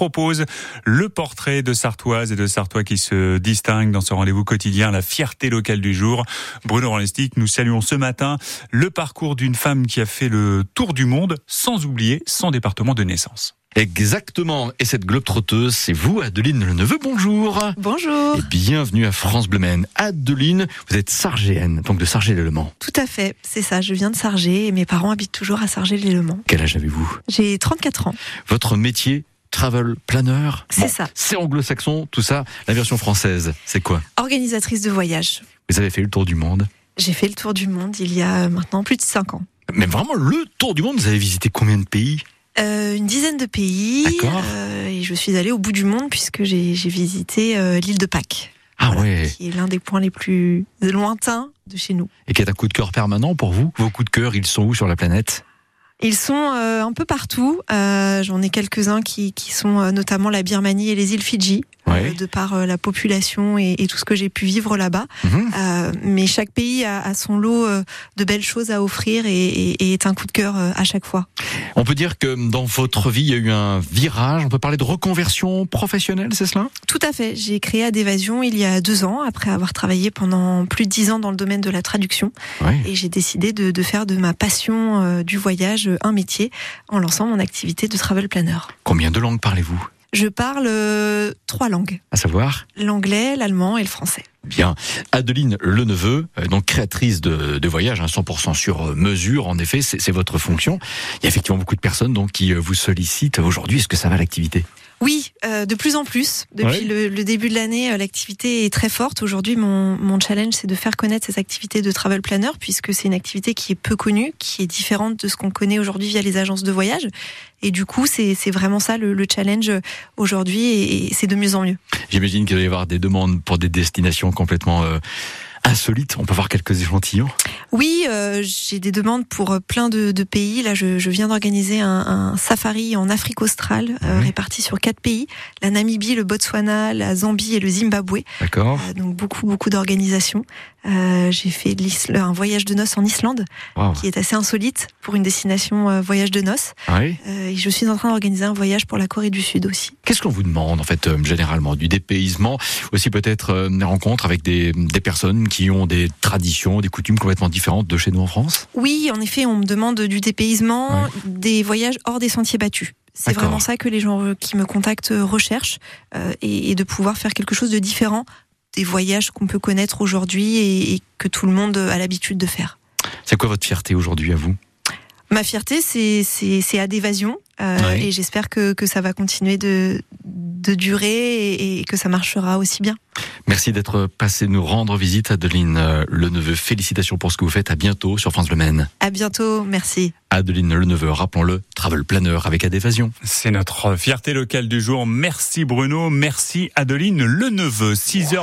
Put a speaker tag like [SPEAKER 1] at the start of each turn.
[SPEAKER 1] propose le portrait de Sartoises et de Sartois qui se distinguent dans ce rendez-vous quotidien, la fierté locale du jour. Bruno Rollestic, nous saluons ce matin le parcours d'une femme qui a fait le tour du monde sans oublier son département de naissance.
[SPEAKER 2] Exactement. Et cette globe trotteuse, c'est vous, Adeline Le Neveu. Bonjour.
[SPEAKER 3] Bonjour.
[SPEAKER 2] Et bienvenue à France Bleu Maine. Adeline, vous êtes sargéenne, donc de Sargé-les-Le-Mans.
[SPEAKER 3] Tout à fait, c'est ça. Je viens de Sargé et mes parents habitent toujours à Sargé-les-Le-Mans.
[SPEAKER 2] Quel âge avez-vous
[SPEAKER 3] J'ai 34 ans.
[SPEAKER 2] Votre métier Travel planner.
[SPEAKER 3] C'est ça.
[SPEAKER 2] C'est anglo-saxon, tout ça. La version française, c'est quoi
[SPEAKER 3] Organisatrice de voyage.
[SPEAKER 2] Vous avez fait le tour du monde
[SPEAKER 3] J'ai fait le tour du monde il y a maintenant plus de 5 ans.
[SPEAKER 2] Mais vraiment, le tour du monde, vous avez visité combien de pays
[SPEAKER 3] Euh, une dizaine de pays.
[SPEAKER 2] D'accord.
[SPEAKER 3] euh, et je suis allée au bout du monde puisque j'ai j'ai visité euh, l'île de Pâques,
[SPEAKER 2] Ah
[SPEAKER 3] Voilà.
[SPEAKER 2] ouais.
[SPEAKER 3] qui est l'un des points les plus lointains de chez nous.
[SPEAKER 2] Et qui est un coup de cœur permanent pour vous Vos coups de cœur, ils sont où sur la planète
[SPEAKER 3] Ils sont euh, un peu partout. Euh, J'en ai quelques-uns qui, qui sont euh, notamment la Birmanie et les îles Fidji,
[SPEAKER 2] Ouais.
[SPEAKER 3] euh, de par euh, la population et- et tout ce que j'ai pu vivre là-bas.
[SPEAKER 2] Mhm.
[SPEAKER 3] Euh, mais chaque pays a, a son lot euh, de belles choses à offrir et, et- et est un coup de cœur euh, à chaque fois.
[SPEAKER 2] On peut dire que dans votre vie, il y a eu un virage. On peut parler de reconversion professionnelle, c'est cela
[SPEAKER 3] Tout à fait. J'ai créé Adévasion il y a deux ans, après avoir travaillé pendant plus de dix ans dans le domaine de la traduction.
[SPEAKER 2] Oui.
[SPEAKER 3] Et j'ai décidé de, de faire de ma passion euh, du voyage euh, un métier en lançant mon activité de travel planner.
[SPEAKER 2] Combien de langues parlez-vous
[SPEAKER 3] Je parle euh, trois langues.
[SPEAKER 2] À savoir
[SPEAKER 3] L'anglais, l'allemand et le français.
[SPEAKER 2] Bien. Adeline Leneveu, euh, donc créatrice de, de voyages, hein, 100% sur mesure, en effet, c'est c'est votre fonction. Il y a effectivement beaucoup de personnes donc, qui euh, vous sollicitent aujourd'hui. Est-ce que ça va l'activité
[SPEAKER 3] Oui, euh, de plus en plus. Depuis
[SPEAKER 2] Ouais.
[SPEAKER 3] le, le début de l'année, euh, l'activité est très forte. Aujourd'hui, mon, mon challenge, c'est de faire connaître cette activité de travel planner, puisque c'est une activité qui est peu connue, qui est différente de ce qu'on connaît aujourd'hui via les agences de voyage. Et du coup, c'est c'est vraiment ça le, le challenge euh, aujourd'hui, et, et c'est de mieux en mieux.
[SPEAKER 2] J'imagine qu'il va y avoir des demandes pour des destinations complètement euh, insolites. On peut voir quelques échantillons.
[SPEAKER 3] Oui, euh, j'ai des demandes pour euh, plein de, de pays. Là, je, je viens d'organiser un, un safari en Afrique australe, euh,
[SPEAKER 2] Ouais.
[SPEAKER 3] réparti sur quatre pays la Namibie, le Botswana, la Zambie et le Zimbabwe.
[SPEAKER 2] D'accord
[SPEAKER 3] Euh, donc beaucoup beaucoup d'organisations. Euh, j'ai fait de l'Is- un voyage de noces en Islande
[SPEAKER 2] Waouh.
[SPEAKER 3] qui est assez insolite pour une destination euh, voyage de noces.
[SPEAKER 2] Oui.
[SPEAKER 3] Euh, et je suis en train d'organiser un voyage pour la Corée du Sud aussi.
[SPEAKER 2] Qu'est-ce qu'on vous demande en fait euh, généralement Du dépaysement, aussi peut-être euh, des rencontres avec des, des personnes qui ont des traditions, des coutumes complètement différentes de chez nous en France
[SPEAKER 3] Oui, en effet, on me demande du dépaysement,
[SPEAKER 2] Ouais.
[SPEAKER 3] des voyages hors des sentiers battus. C'est
[SPEAKER 2] D'accord.
[SPEAKER 3] vraiment ça que les gens euh, qui me contactent euh, recherchent euh, et, et de pouvoir faire quelque chose de différent des voyages qu'on peut connaître aujourd'hui et- et que tout le monde a l'habitude de faire.
[SPEAKER 2] C'est quoi votre fierté aujourd'hui à vous
[SPEAKER 3] Ma fierté, c'est- c'est c'est à d'évasion euh,
[SPEAKER 2] Ouais.
[SPEAKER 3] et j'espère que, que ça va continuer de, de durer et, et que ça marchera aussi bien.
[SPEAKER 2] Merci d'être passé nous rendre visite, Adeline euh, Leneveu. Félicitations pour ce que vous faites. À bientôt sur France Le Maine.
[SPEAKER 3] À bientôt, merci.
[SPEAKER 2] Adeline Leneveu, rappelons-le, travel planner avec Adévasion.
[SPEAKER 1] C'est notre fierté locale du jour. Merci Bruno, merci Adeline Le Neveu. 6 h